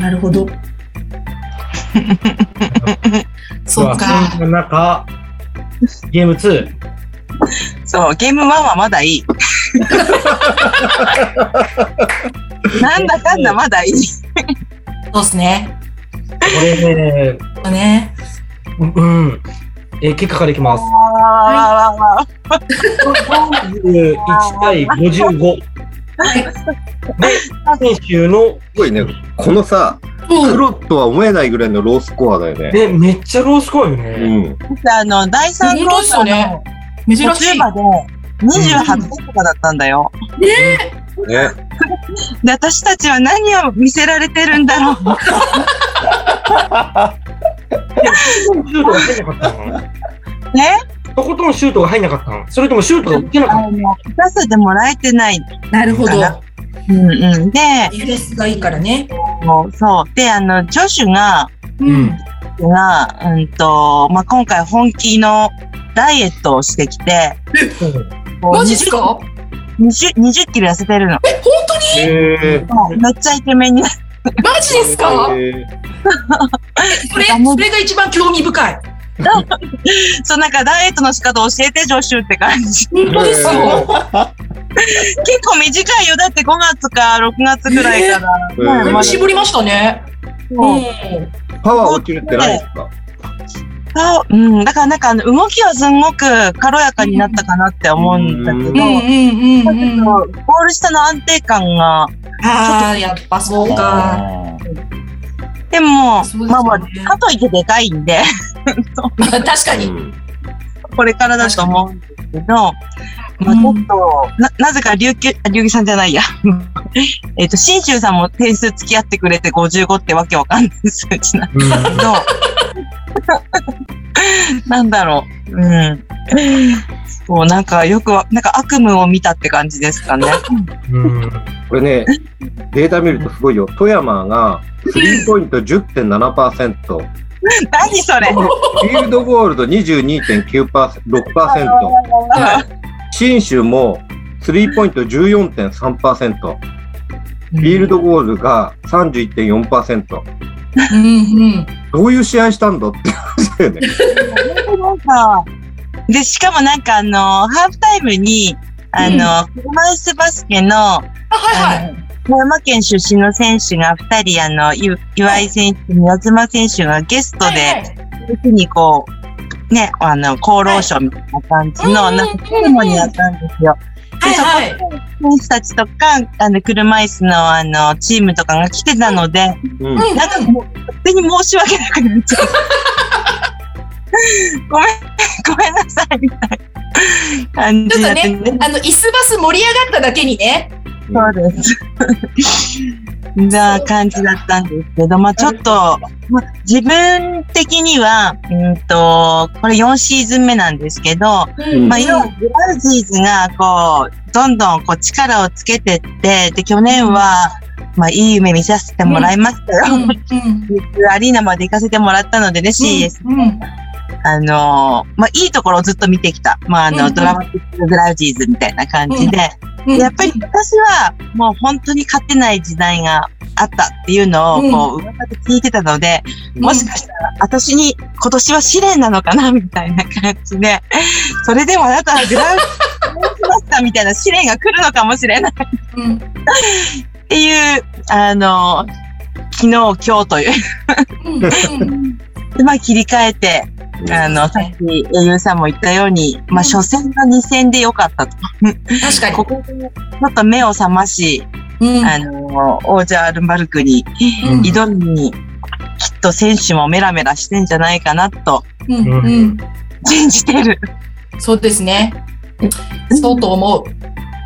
S3: なるほど。そっか。
S1: そんな中、ゲーム2。
S4: そう、ゲーム1はま だいい。なんだかんだまだいい。
S3: そうですね。
S1: これね、
S3: ね。
S1: うんうん。えー結果からいきます。
S4: わーわーわーわー
S1: 1対55。で、先週の、
S2: すごいね、このさ、
S3: うん。
S2: 黒とは思えないぐらいのロースコアだよね。
S1: ね、めっちゃロースコアよ
S2: う
S1: ね。
S2: ん。
S4: あの、第3
S3: 本当
S4: クォ
S3: で
S4: ー
S3: す
S4: タ
S3: よ
S4: ー
S3: ね
S4: の
S3: 珍
S4: 途
S3: し
S4: 中
S3: い。
S4: まで28点とかだったんだよ。
S2: ね。
S4: で、私たちは何を見せられてるんだろう。
S1: シュートが入んなかったの
S4: ね。
S1: とことんシュートが入んなかったのそれともシュートが打てなかっ
S4: あの、出せてもらえてない。
S3: なるほど。デ
S4: うんうん。で、
S3: ィフェンスがいいからね。
S4: もうそう。で、あの、ジョシュが、
S1: たうん。
S4: が、うんと、まあ、今回本気のダイエットをしてきて、こう
S3: マジっすか
S4: 20, 20キロ痩せてるの。
S3: え、本当に
S2: へー
S4: めっちゃイケメンになっ
S3: マジですか
S2: へー
S3: それ、それが一番興味深い。
S4: そう、なんかダイエットの仕方を教えて、ジョシュって感じ。
S3: 本当ですよ。
S4: 結構短いよ。だって5月か6月ぐらいから。
S2: えー
S4: うん
S3: だいぶ絞りましたね。
S4: もう
S3: うん
S2: パワー落ちるってないですか
S4: あうん、だからなんかあの動きはすんごく軽やかになったかなって思うんだけど、
S2: う
S3: うんうんうんうん。
S4: ゴール下の安定感が、
S3: ああ、やっぱそうか。
S5: あー
S4: でも、
S3: そうですよね
S4: まあまあ、かといってでかいんで、
S3: まあ 確か
S2: う
S3: に。
S2: ん
S4: これからだと思うんですけど、まあちょっと、な、なぜか琉球、あ琉球さんじゃないや。 えっと、新州さんも点数付き合ってくれて55ってわけわかんない数値なんですけど、 なんだろう。うん。そう、なんかよくわ、なんか悪夢を見たって感じですかね。
S1: うん。
S2: これね、データ見るとすごいよ。富山がスリーポイント10.7%、フ
S4: 何それ
S2: ィールドゴールド22.9%、信州もスリーポイント14.3%、フィールドゴールドが31.4%。
S3: うんうん。
S2: どういう試合したんだって話だよね。
S4: なんか、 で、しかもなんかあの、ハーフタイムに、あの、車椅子バスケの、
S3: あはいはい。
S4: あの富山県出身の選手が2人、あの、ゆ岩井選手、宮妻選手がゲスト
S3: はい
S4: で、特にこう、ね、あの、厚労省みたいな感じの、
S3: はいうん
S4: なんか、セレモニーやったんですよ。で、そこ
S3: はいはい。
S4: 選手たちとか、あの、車椅子の、あの、チームとかが来てたので、
S2: うん
S3: うん
S4: なんかもう、勝手に申し訳なくなっちゃう。ごめん、ごめんなさい、みたいな感
S3: ちょ
S4: じ
S3: っ
S4: に
S3: と
S4: なってね
S3: ね、あの、椅子バス盛り上がっただけにね。
S4: そうです。な感じだったんですけど、まあちょっと、まあ、自分的には、うんと、これ4シーズン目なんですけど、
S2: ん
S4: まあ要はブラウジーズがこう、どんどんこう力をつけてって、で、去年は、まあいい夢見させてもらいましたよ。
S3: うんうん
S4: アリーナまで行かせてもらったのでね、CS。
S3: うん
S4: あのーまあ、いいところをずっと見てきた。まあ、あ
S3: うん
S4: の、
S3: うん
S4: ドラマティック・ブラウジーズみたいな感じで、
S3: うん
S4: でやっぱり私は、もう本当に勝てない時代があったっていうのを、こう、噂で聞いてたので、
S3: ん
S4: もしかしたら、私に今年は試練なのかな、みたいな感じで、それでもあなたはグラウンドしましたみたいな試練が来るのかもしれない
S3: うん
S4: っていう、あのー昨日、今日という、
S3: うんうん
S4: でまあ、切り替えて、あの、さっき、英雄さんも言ったように、まあ、初戦の2戦で良かったと。
S3: 確かに
S4: こ。こで、ちょっと目を覚まし、
S3: うん
S4: あの、王者アルマルクに
S3: うん
S4: 挑みに、きっと選手もメラメラしてんじゃないかなと
S3: うんうん
S4: 信じてる。
S3: そうですね。そうと思う。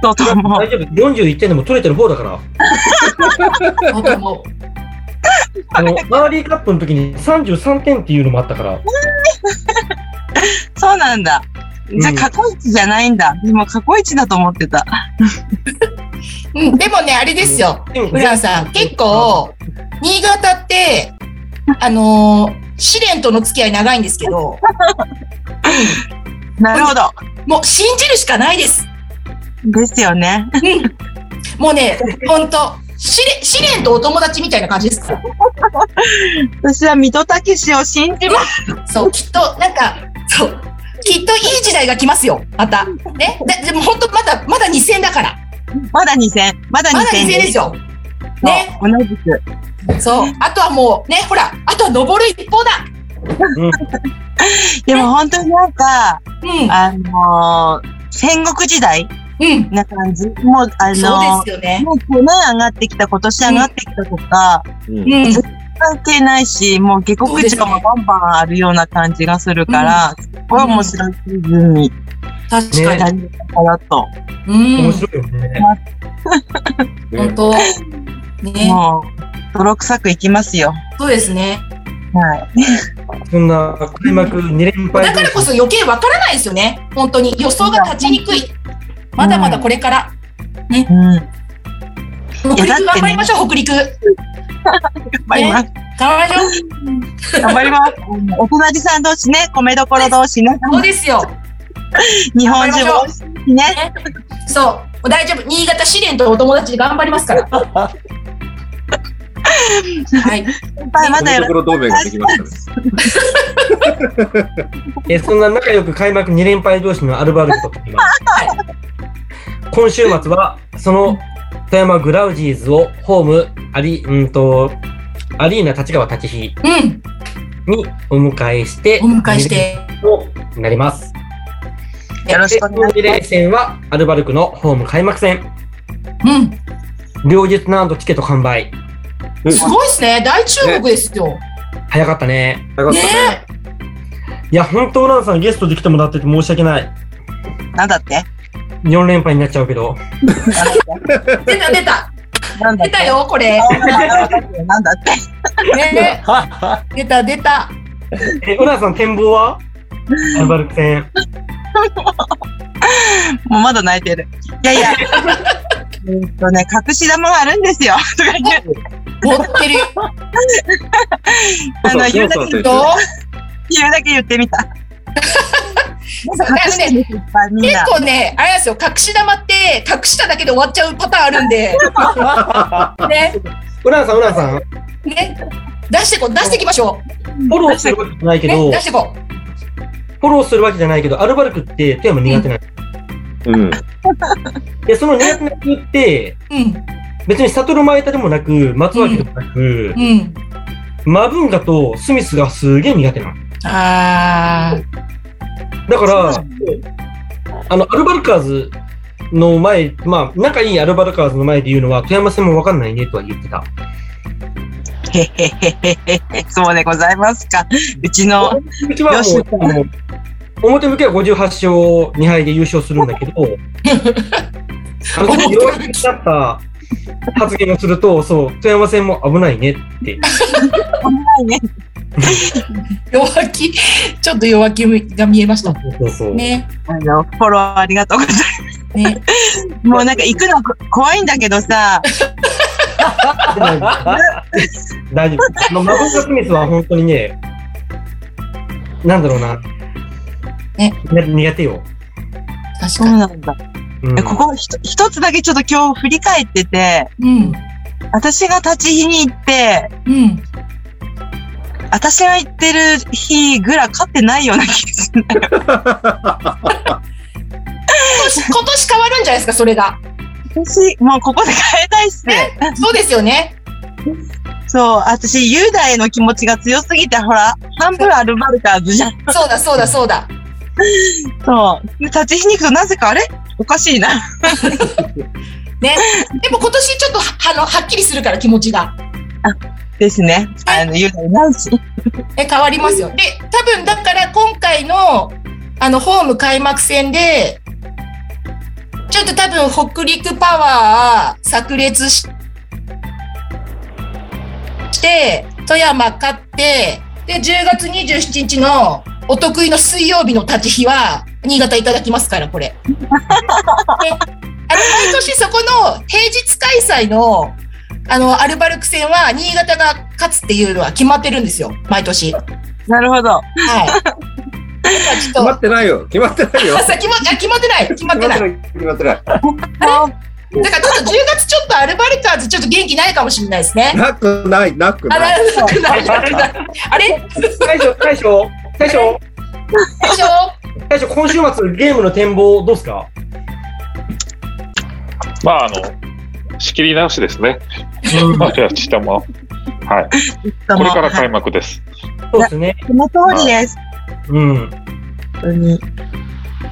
S4: そうと思う。
S1: 大丈夫、41点でも取れてる方だから。
S3: そうと思う。
S1: あの、バーリーカップの時に33点っていうのもあったから。
S4: そうなんだ。じゃ
S1: う
S4: あ、
S1: ん
S4: 過去一じゃないんだ。でも、過去一だと思ってた。
S3: うん、でもね、あれですよ。
S1: うん
S3: 浦さん、結構、新潟って、あのー試練との付き合い長いんですけど、
S4: なるほど。
S3: もう信じるしかないです。
S4: ですよね。
S3: もうね、ほんと、試練、試練とお友達みたいな感じですから。
S4: 私は、水戸武史を信じます。
S3: そう、きっと、なんか、そう、きっといい時代が来ますよ、また。ね。ででも本当まだ、まだ2戦だから。
S4: まだ2戦。まだ2
S3: まだ2戦
S4: 戦で
S3: です
S4: す。
S3: よ。ね。
S4: そう。同じく。
S3: そう。あとはもう、ね、ほら、あとは登る一方だ。
S4: でも、本当になんか、
S3: うん。
S4: あのー戦国時代
S3: うん。
S4: な感じ。もう、あのー
S3: そうですよね。
S4: もう去年上がってきた、今年上がってきたとか、
S2: うん
S3: うん。
S4: 関係ないし、もう下克上もバンバンあるような感じがするから、すごい面白いシーズンに
S3: 確かに。
S4: なりたなと。
S3: うん
S1: 面。白いよね。
S3: 本
S2: ね
S3: 当。ね。
S4: もう、泥臭くいきますよ。
S3: そうですね。
S4: はい。
S1: そんな開幕2連敗
S3: だからこそ余計わからないですよね。本当に予想が立ちにくい。まだまだこれから。
S4: うん。
S3: 北陸
S4: いやだってね
S3: 頑張りましょう、北陸。
S4: 頑張ります。
S3: 頑張りましょ
S4: 頑張ります。お隣さん同士ね、米どころ同士ね、
S3: う。そうですよ。
S4: 日本中も美味しいしね。
S3: そう。もう大丈夫。新潟試練とお友達で頑張ります から。はい。
S4: 先輩まだよ
S2: と
S4: ろし
S2: ころ同盟ができましたね。
S1: えそんな仲良く開幕2連敗同士のアルバルクと今、今週末は、その富山グラウジーズをホーム、アリ、うんと、アリーナ立川立飛
S3: うん、
S1: にお迎えして、
S3: お迎えして。
S1: となります。
S4: よろしくお願い
S1: で、連戦はアルバルクのホーム開幕戦。
S3: うん、
S1: 両日なんとチケット完売。
S3: すごいですね。大注目ですよ。
S1: 早かったね。
S2: よかっ
S3: ね
S2: たね。
S1: いや、本当、ランさんゲストで来てもらってて申し訳ない。
S4: なんだって
S1: 4連敗になっちゃうけど。
S3: 出た出た
S4: なんだっ
S3: 出
S4: て
S3: たよこれ。
S4: なんだって
S3: ね、出た出た。
S1: え、浦さん展望はアルバルク戦。
S4: もうまだ泣いてる。いやいや。えっとね、隠し玉があるんですよ。とか言って
S3: 持ってるよ。
S4: あの、
S2: そ
S4: 言
S2: う
S4: うだ
S2: そうそ
S4: け言
S2: う
S4: う、
S3: どう
S4: 言うだけ言ってみた。隠してるんですいっぱいみん
S3: 結
S4: な。
S3: 構ね、あれなんですよ。隠し玉って隠しただけで終わっちゃうパターンあるんで。ね、
S1: 浦さん、浦さん、フ
S3: ね。出してこう、出していきましょ
S1: ォローするわけじゃないけ
S3: う。ね
S1: ど、、
S3: 出してこ
S1: フォローするわけじゃないけど、アルバルクって富山苦手なの。
S2: うん。
S1: で、その苦手な理由って、
S3: う。うん、
S1: 別に悟る前田でもなく、松脇でもなく
S3: う、ん。
S1: マブンガとスミスがすげえ苦手なの。
S3: ああ、
S1: だから、あの、アルバルカーズの前、まあ、仲いいアルバルカーズの前で言うのは、富山戦もわかんないねとは言ってた。
S4: へへへへへへ。そうでございますか。うちの、
S1: うちは
S4: よし
S1: もうあの、表向きは58勝2敗で優勝するんだけ ど、あの、弱いになった発言をすると、そう、富山戦も危ないねって。
S3: 弱気、ちょっと弱気が見えました。
S1: そうそう。
S3: ね、
S4: あの、フォローありがとうございま
S3: ね、
S4: す。もうなんか行くのこ怖いんだけどさ、
S1: でも 大丈夫。あのマブンガ・スミスは本当にね、なんだろうな。
S3: ね
S1: 苦苦手よ。
S3: 確
S4: そう
S3: か
S4: なんだ。
S1: うん
S4: ここひと一つだけちょっと今日振り返ってて、
S3: に。うん、
S4: 私が立ち日に行って、
S3: うん。
S4: 私が行ってる日ぐらい勝ってないような気がする。
S3: 今年今年変わるんじゃないですか、それが。
S4: 私、もうここで変えたいっす。
S3: そうですよね。
S4: そう、私、雄大への気持ちが強すぎて、ほら、半分アルバルカーズじゃん。
S3: そうだ、そうだ、そうだ。
S4: そう。で立ち日に行くとなぜか、あれおかしいな。
S3: でも今年ちょっとはあのはっきりするから気持ちが。
S4: ですね。あの、雄大ないし。
S3: え変わりますよ。で多分だから今回のあのホーム開幕戦でちょっと多分北陸パワー炸裂しして富山勝ってで10月27日のお得意の水曜日の立ち日は新潟いただきますからこれ。であの毎年そこの平日開催のあのアルバルク戦は新潟が勝つっていうのは決まってるんですよ毎年。はい。
S4: なるほど。
S3: だからちょっ
S2: 決
S3: と
S2: まってないよ。決まってないよ。
S3: あさ決まあ決まってない決まってない。だ
S2: い。決まってない。
S3: からちょっと10月ちょっとアルバルカーズちょっと元気ないかもしれないですね。
S2: なくない、なく
S3: あ
S2: ない。
S3: らなくないなくないあれ
S1: 大将、大将、大将、
S3: 最初
S1: 大将、今週末ゲームの展望どうすか
S6: まあ、あの、仕切り直しですね。 あれは下も。はい。
S4: どう
S6: こ
S4: も
S6: れから
S4: はい
S6: 開幕です。
S1: そうですね。
S4: その通りです。
S1: うん。
S4: 本当に。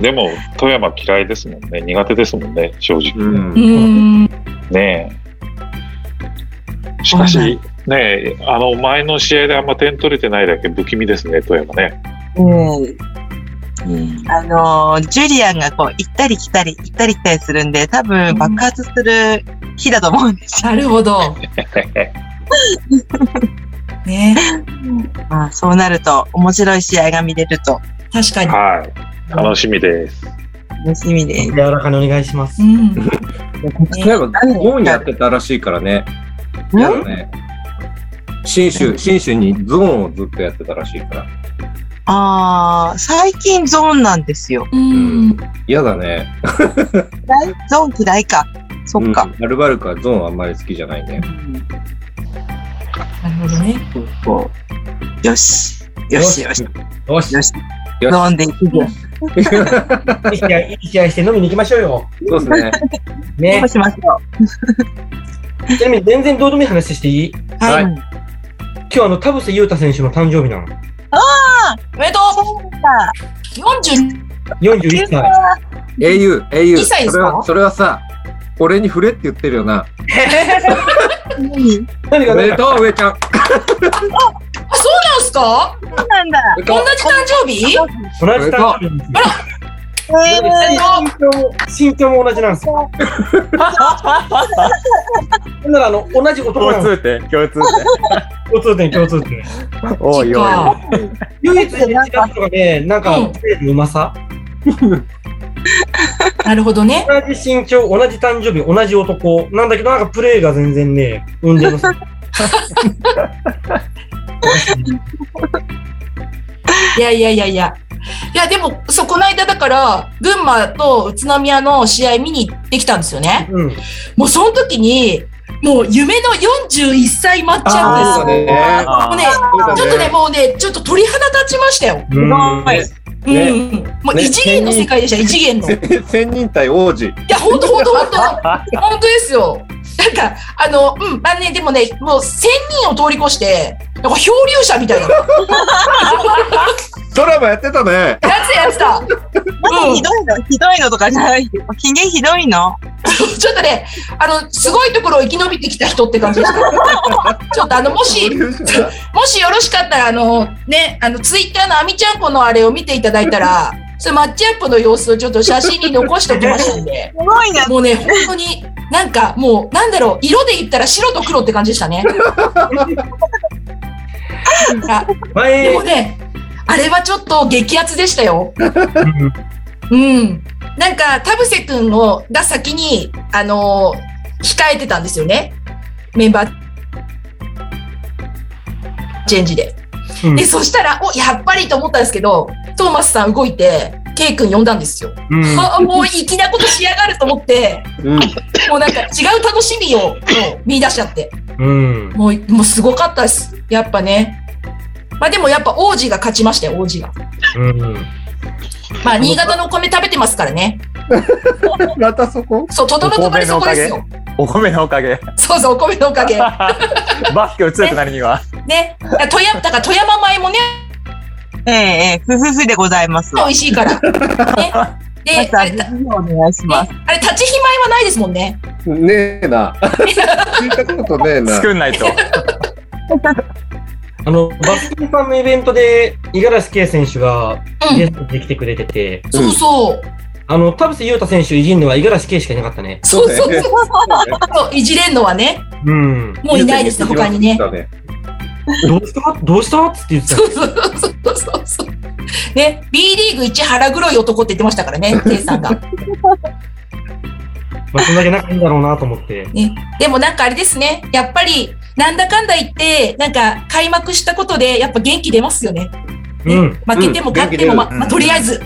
S6: でも、富山嫌いですもんね。苦手ですもんね、正直。
S2: うん
S3: う。ーん
S6: ねえ。しかし、ねえ、あの、前の試合であんま点取れてないだけ不気味ですね、富山ね。
S4: うん。あのー、ジュリアンがこう、行ったり来たり、行ったり来たりするんで、多分爆発する日だと思うんですよ。
S3: なるほど。ね
S4: まあ、そうなると、面白い試合が見れると、
S3: 確かに。
S6: はい。楽しみです。
S4: 楽しみです。
S1: 柔らかにお願いします
S3: う。ん。
S2: そういえば、ゴーンやってたらしいからね。
S4: うん
S2: やだね。信州、信州にゾーンをずっとやってたらしいから。
S4: ああ、最近ゾーンなんですよ。
S3: うん。
S2: 嫌だね。
S4: 嫌いゾーン嫌いか。そっか。
S2: うんアルバルクはゾーンあんまり好きじゃないね。
S3: なるほどね。
S4: よし。よしよし。
S1: よし。
S4: よし。
S2: よし
S4: 飲んでいくぞ。
S1: いい試合、いい試合して飲みに行きましょうよ。
S2: そうですね。
S1: ね
S4: どう。しましょ。
S1: ちなみに全然どうでもいい話していいう
S2: はい
S4: うん
S1: 今日あの、田臥勇太選手の誕生日なの。
S3: おめでとう
S1: 41歳。
S2: au、au。
S3: 二歳で
S2: そ
S3: すか
S2: れは、それはさ、俺に振れって言ってるよな。
S3: !40!
S4: うん
S1: 何
S2: お
S1: が
S2: め
S1: 何
S2: で
S1: か
S2: とう、上ちゃん。
S3: あ、そうなんすか
S4: そうなんだ。
S2: 同じ
S3: 同じ誕生日
S1: 同じ誕生日なんですよ。
S4: えー
S1: 身長も身長も同じなんですよ。ほんならあの同じ男な
S5: 共
S1: んですよ
S5: 通点、共通点。
S1: 共通点共通点。
S5: おいおいおい。
S3: か。
S1: 唯一違うのがね、なんか
S3: うん
S1: プレーのうまさ。
S3: なるほどね。
S1: 同じ身長、同じ誕生日、同じ男なんだけどなんかプレーが全然ね、うんでます。
S3: いやいやいやいや。いや、でも、そう、この間だから、群馬と宇都宮の試合見に行ってきたんですよね。
S1: うん。
S3: もうその時に、もう夢の41歳抹茶
S2: あ
S3: です
S2: ーそうだね。
S3: もうね、
S2: そうだ
S3: ちょっとね、もうね、ちょっと鳥肌立ちましたよ。
S1: うん
S3: うん
S2: ね
S3: うんうん。もう
S2: ね
S3: 異次元の世界でした、異次元の。い
S2: せ千人対王子。
S3: や、ほんとほんとほんと。ほんとですよ。なんか、あの、うん、あのね、でもね、もう1000人を通り越して、なんか漂流者みたいな。や
S2: ドラマやってたね。
S3: つやつだ。
S4: なんでひどいのひどいのとかじゃないよ。機嫌ひどいの。
S3: ちょっとね、あの、すごいところを生き延びてきた人って感じ です。ちょっとあの、もし、もしよろしかったら、あの、ね、あの、ツイッターのあみちゃんこのあれを見ていただいたら、それマッチアップの様子をちょっと写真に残しておきましたんで、
S4: すごいな。
S3: もうね、本当に、なんかもう、なんだろう、色で言ったら白と黒って感じでしたね。あで
S1: 前、
S3: もね、あれはちょっと激アツでしたよ。うん。なんか、田臥くんを、が先に、あのー控えてたんですよね。メンバー、チェンジで。
S1: うん
S3: で、そしたら、お、やっぱりと思ったんですけど、トーマスさん動いて、ケイ君呼んだんですよ。
S1: うん
S3: あもう粋なことしやがると思って、
S2: うん。
S3: もうなんか違う楽しみをもう見出しちゃって。
S1: うん。
S3: もう、もうすごかったです。やっぱね。まあでもやっぱ王子が勝ちましたよ、王子が。
S1: うん。
S3: まあ新潟のお米食べてますからね。
S2: またそこ
S3: そう、とどめとどりそこですよ。
S5: お米のおかげ。
S3: そうそう、お米のおか げ。
S5: バスケ映ると何には。
S3: ね。だから富山、だから富山米もね、
S4: ええええふふふでございます
S3: 美
S4: わ。
S3: 味しい から。ね。
S4: ま
S3: で、あ
S4: た
S3: れ、
S4: ぜ
S3: たね
S4: ひお願いします。
S3: あれ、立ち肥米はないですもんね。
S2: ねえ な。聞いたことねえな。
S5: 作んないと。
S1: あの、バスケさんのイベントで、五十嵐圭選手が
S3: う
S1: ゲ
S3: ん。
S1: ストで来てくれてて、
S3: そうそう。
S1: あの、田臥勇太選手いじんのは五十嵐圭しかいなかったね。
S3: そうそ
S2: そう
S3: うそ
S2: ね
S3: うそう。いじれんのはね、
S1: うん。
S3: もういないですね、他にね。
S2: だね。
S1: どうしたどうしたって言ってた
S3: そ。うそうそうそうそう。ね、B リーグ一腹黒い男って言ってましたから ね、K さんが。
S1: まあ、そんだけ仲いいんだろうなと思って。
S3: ね、でもなんかあれですね、やっぱり、なんだかんだ言って、なんか開幕したことで、やっぱ元気出ますよね。
S1: う
S3: ね
S1: ん。
S3: 負けても
S2: うん
S3: 勝っても、
S2: 元気出る
S3: ま
S5: うん
S3: まあとりあえず、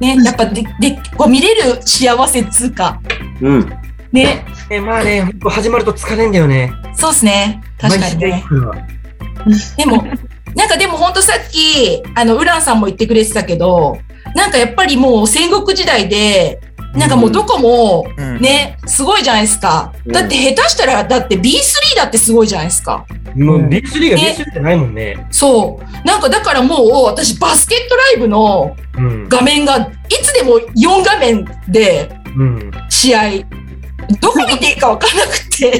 S3: ね、やっぱででこう見れる幸せっつうか、
S2: うん。
S3: ね、
S1: え、まあね、ほんと始まると疲れんだよね。
S3: そうですね、確かにね。でも、なんかでも本当さっき、あの、ウランさんも言ってくれてたけど、なんかやっぱりもう戦国時代で、なんかもうどこも、
S5: うん
S3: ね、すごいじゃないですか。
S2: うん
S3: だって下手したら、だって B3 だってすごいじゃないですか。
S1: もう B3 が B3 じゃないもんね。
S3: そう。なんかだからもう、私バスケットライブの
S1: うん。
S3: 画面が、いつでも4画面で
S1: うん。
S3: 試合、どこ見ていいかわからなくて。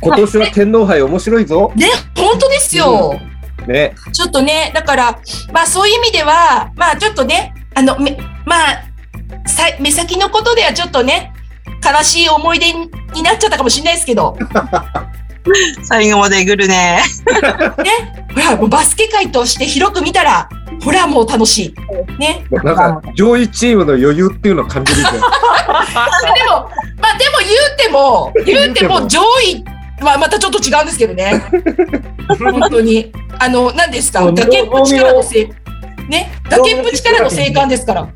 S2: 今年は天皇杯面白いぞ。
S3: ね、本当ですよ。
S2: ね。
S3: ちょっとね、だから、まあそういう意味では、まあちょっとね、あの、めまあ、さ目先のことではちょっとね、悲しい思い出にになっちゃったかもしれないですけど、
S4: 最後までぐるね。
S3: ほら、もうバスケ界として広く見たら、ほら、もう楽しい。ね。
S2: なんか上位チームの余裕っていうのを感じるじゃん。
S3: でも、まあでも言うても、言うても上位はまたちょっと違うんですけどね。本当に。あの、何ですか、
S1: そう
S3: 崖っぷちからのせい、ね、崖っぷちからの生還ですから。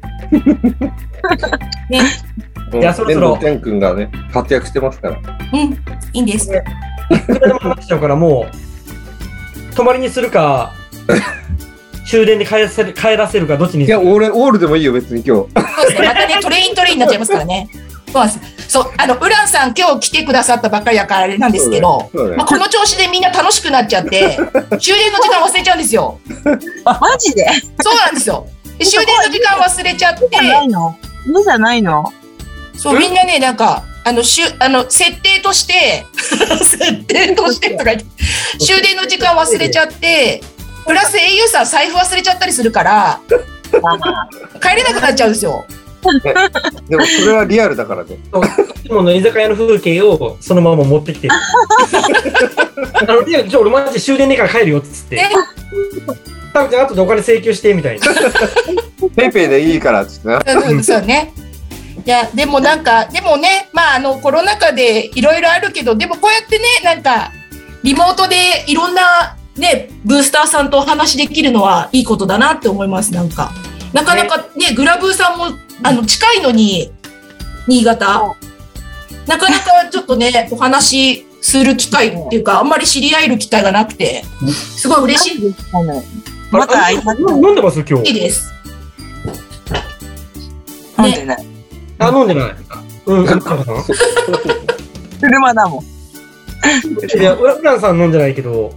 S1: いやそろそろ
S2: 遠藤天君がね、活躍してますから。
S3: うん、いいんです。
S1: いくらでも話しちゃうから、もう、泊まりにするか、終電で帰らせる帰らせるかどっちに
S2: いや、俺、オールでもいいよ、別に今日。
S3: そうですね。またね、トレイントレインになっちゃいますからね。そうなんです。そう、あの、ウランさん今日来てくださったばっかりだからあれなんですけど、
S2: そうだ
S3: ま
S2: ね。
S3: あ、この調子でみんな楽しくなっちゃって、終電の時間忘れちゃうんですよ。
S4: マジで
S3: そうなんですよ。で終電の時間忘れちゃって、
S4: じゃないの無じゃないの
S3: そう、みんなね、なんか、あの、しゅあの設定として、設定としてとか言って、終電の時間忘れちゃって、プラス au さん財布忘れちゃったりするから、帰れなくなっちゃうんですよ。
S2: でも、それはリアルだからね。
S1: いつもの居酒屋の風景をそのまま持って きてあのいやじゃあ俺マジ終電でから帰るよっつって
S3: ね
S1: 多分じゃあ後でお金請求してみたいな
S2: ペイペイでいいからっつってな。
S3: うん、そうね。いや、でもなんか、でもね、まあ、あの、コロナ禍でいろいろあるけど、でもこうやってね、なんか、リモートでいろんな、ね、ブースターさんとお話しできるのはいいことだなって思います、なんか。なかなかね、グラブーさんも、あの、近いのに、新潟。なかなかちょっとね、お話しする機会っていうか、あんまり知り合える機会がなくて、すごい嬉しい
S4: あの また会いましょう
S1: 飲んでます今日
S3: です。
S4: 飲んでない。
S1: あ飲んでないうん、ウランさん
S4: 車だもん。
S1: いや、ウラウランさん飲んでないけど、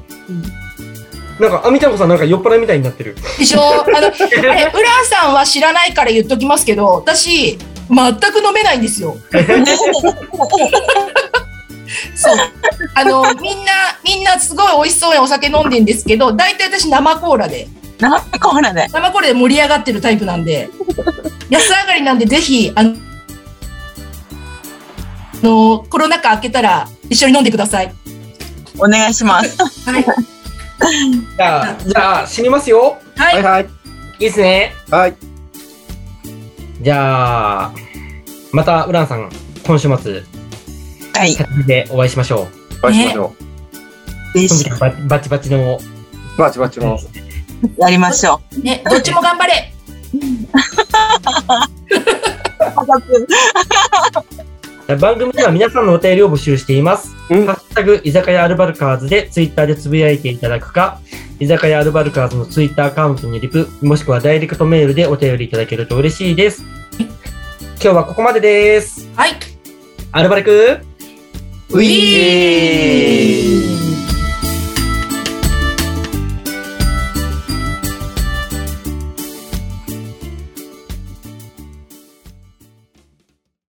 S1: なんか、あみちゃんこさんなんか酔っ払いみたいになってる。
S3: でしょあの、あれ、ウランさんは知らないから言っときますけど、私、全く飲めないんですよ。そう。あの、みんな、みんなすごい美味しそうにお酒飲んでんですけど、大体私生コーラで、
S4: なんかほらね。
S3: 生コーラで盛り上がってるタイプなんで、安上がりなんでぜひ、あの、あのコロナ禍明けたら一緒に飲んでください。
S4: お願いします。
S3: はい。
S1: じゃあ、じゃあ、死にますよ。
S3: は
S2: はい
S3: い。
S2: はい。
S1: いいっすね。
S2: はい。
S1: じゃあ、また、ウランさん、今週末、
S4: はい。
S1: でお会いしましょう。
S2: お会いしましょ
S4: で
S1: その
S4: し
S1: 時はババチバチの、
S2: う。バチバチの。
S4: やりましょ
S3: ね、どっちも頑張れ。
S4: う。家族
S1: 番組では皆さんのお便りを募集しています。
S2: うん
S1: ハッシュタグ、居酒屋アルバルカーズで、ツイッターでつぶやいていただくか、居酒屋アルバルカーズのツイッターアカウントにリプ、もしくはダイレクトメールでお便りいただけると嬉しいです。今日はここまでです。
S3: はい。
S1: アルバルク
S2: ウィー